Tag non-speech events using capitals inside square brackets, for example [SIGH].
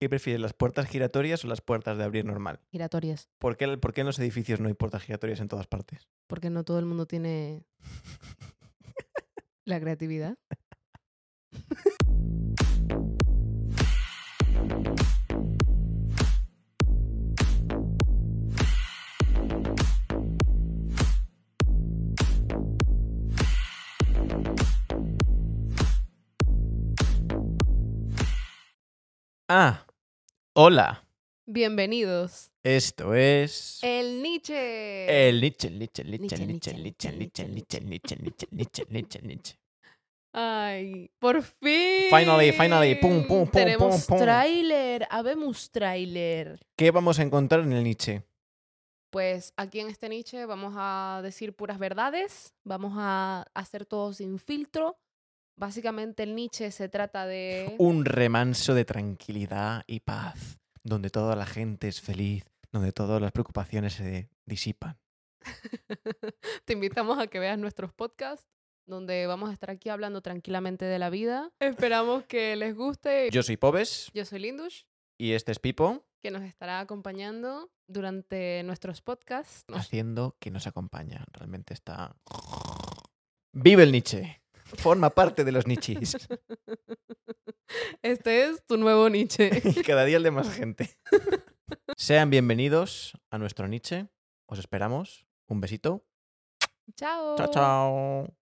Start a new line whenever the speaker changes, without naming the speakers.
¿Qué prefieres, las puertas giratorias o las puertas de abrir normal?
Giratorias.
¿Por qué, por qué en los edificios no hay puertas giratorias en todas partes?
Porque no todo el mundo [LAUGHS] tiene la creatividad.
Ah, hola.
Bienvenidos.
Esto es...
El Nietzsche.
El Nietzsche, Nietzsche, Eh, Nietzsche,
Nietzsche,
Nietzsche, Nietzsche, Nietzsche, Nietzsche,
Nietzsche,
Nietzsche, Nietzsche, Nietzsche, Nietzsche, Nietzsche.
Ay, por fin.
Finally, finally, pum, pum, pum,
Tenemos
pum, pum.
tráiler, habemos tráiler.
¿Qué vamos a encontrar en el Nietzsche?
Pues aquí en este Nietzsche vamos a decir puras verdades, vamos a hacer todo sin filtro. Básicamente el Nietzsche se trata de...
Un remanso de tranquilidad y paz, donde toda la gente es feliz, donde todas las preocupaciones se disipan.
Te invitamos a que veas nuestros podcasts, donde vamos a estar aquí hablando tranquilamente de la vida. Esperamos que les guste.
Yo soy Pobes
Yo soy Lindush,
y este es Pipo,
que nos estará acompañando durante nuestros podcasts. [LAUGHS] Nos-
haciendo que nos acompaña. Realmente está... ¡Vive el Nietzsche! Forma parte de los Nietzsches. [LAUGHS]
Este es tu nuevo Nietzsche.
[LAUGHS] Y cada día el de más gente. Sean bienvenidos a nuestro Nietzsche. Os esperamos. Un besito.
chao.
Chao, chao.